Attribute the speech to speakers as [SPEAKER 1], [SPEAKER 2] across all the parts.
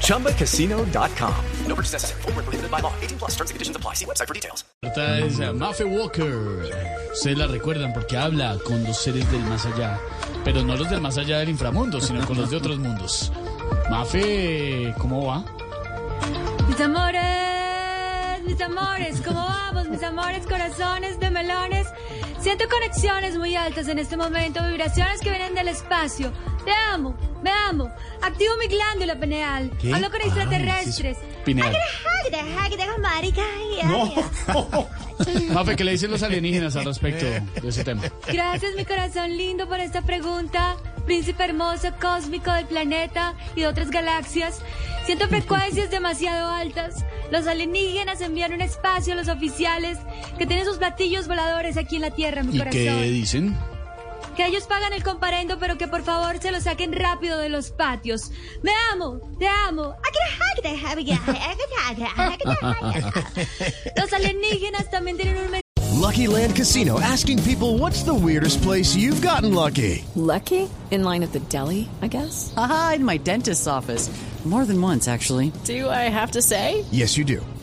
[SPEAKER 1] ChumbaCasino.com. No purchase necessary. Void where prohibited by law. 18 plus terms and conditions apply. See website for details.
[SPEAKER 2] Esta es Maffe Walker. Ustedes la recuerdan porque habla con los seres del más allá, pero no los del más allá del inframundo, sino con los de otros mundos. Mafe, ¿cómo va?
[SPEAKER 3] Mis amores, mis amores, ¿cómo vamos? Mis amores, corazones de melones. Siento conexiones muy altas en este momento, vibraciones que vienen del espacio. Te amo, me amo. Activo mi glándula pineal. Hablo con extraterrestres.
[SPEAKER 2] Pineal.
[SPEAKER 3] No.
[SPEAKER 2] Mafe, ¿qué le dicen los alienígenas al respecto de ese tema?
[SPEAKER 3] Gracias, mi corazón lindo, por esta pregunta. Príncipe hermoso, cósmico del planeta y de otras galaxias. Siento frecuencias demasiado altas. Los alienígenas envían un espacio a los oficiales que tienen sus platillos voladores aquí en la Tierra, mi
[SPEAKER 2] ¿Y
[SPEAKER 3] corazón.
[SPEAKER 2] qué dicen?
[SPEAKER 3] Que ellos pagan el comparendo, pero que por favor se lo saquen rápido de los patios. Me amo, te amo. Los alienígenas también tienen un
[SPEAKER 4] Lucky Land Casino asking people what's the weirdest place you've gotten lucky?
[SPEAKER 5] Lucky? In line at the deli, I guess?
[SPEAKER 6] Aha, in my dentist's office. More than once, actually.
[SPEAKER 5] Do I have to say?
[SPEAKER 4] Yes, you do.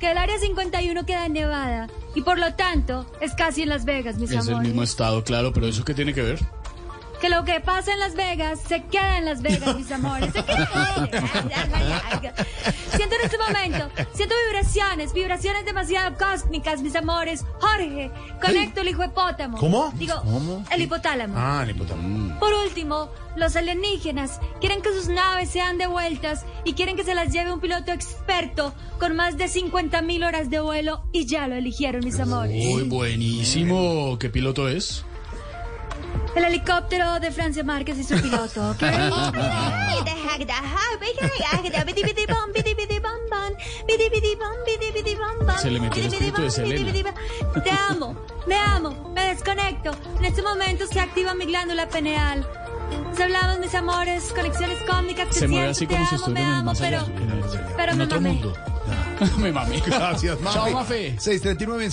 [SPEAKER 3] que el Área 51 queda en Nevada y por lo tanto es casi en Las Vegas, mis
[SPEAKER 2] Es el
[SPEAKER 3] amores.
[SPEAKER 2] mismo estado, claro, pero ¿eso qué tiene que ver?
[SPEAKER 3] Que lo que pasa en Las Vegas se queda en Las Vegas, mis amores. Se queda en- siento en este momento, siento vibraciones, vibraciones demasiado cósmicas, mis amores. Jorge, conecto el hipopótamo.
[SPEAKER 7] ¿Cómo?
[SPEAKER 3] Digo,
[SPEAKER 7] ¿Cómo?
[SPEAKER 3] el hipotálamo.
[SPEAKER 7] Ah, ni puta.
[SPEAKER 3] Por último, los alienígenas quieren que sus naves sean devueltas y quieren que se las lleve un piloto experto con más de 50.000 horas de vuelo y ya lo eligieron, mis amores.
[SPEAKER 2] Muy buenísimo. ¿Qué piloto es?
[SPEAKER 3] El helicóptero de Francia Márquez y su piloto, ¿ok?
[SPEAKER 2] Se le metió el espíritu de Selena.
[SPEAKER 3] Te amo, me amo, me desconecto. En este momento se activa mi glándula pineal. Nos hablamos, mis amores, conexiones cómicas que
[SPEAKER 2] Se mueve
[SPEAKER 3] siento,
[SPEAKER 2] así
[SPEAKER 3] te
[SPEAKER 2] como
[SPEAKER 3] amo,
[SPEAKER 2] si
[SPEAKER 3] me
[SPEAKER 2] estuviera en el
[SPEAKER 3] amo,
[SPEAKER 2] más allá.
[SPEAKER 3] pero...
[SPEAKER 2] en el-
[SPEAKER 3] pero
[SPEAKER 2] en
[SPEAKER 3] me
[SPEAKER 2] otro
[SPEAKER 3] mamé.
[SPEAKER 2] mundo. Me mamé.
[SPEAKER 7] Gracias, Mafe.
[SPEAKER 2] Chao, Mafe.
[SPEAKER 7] 639 en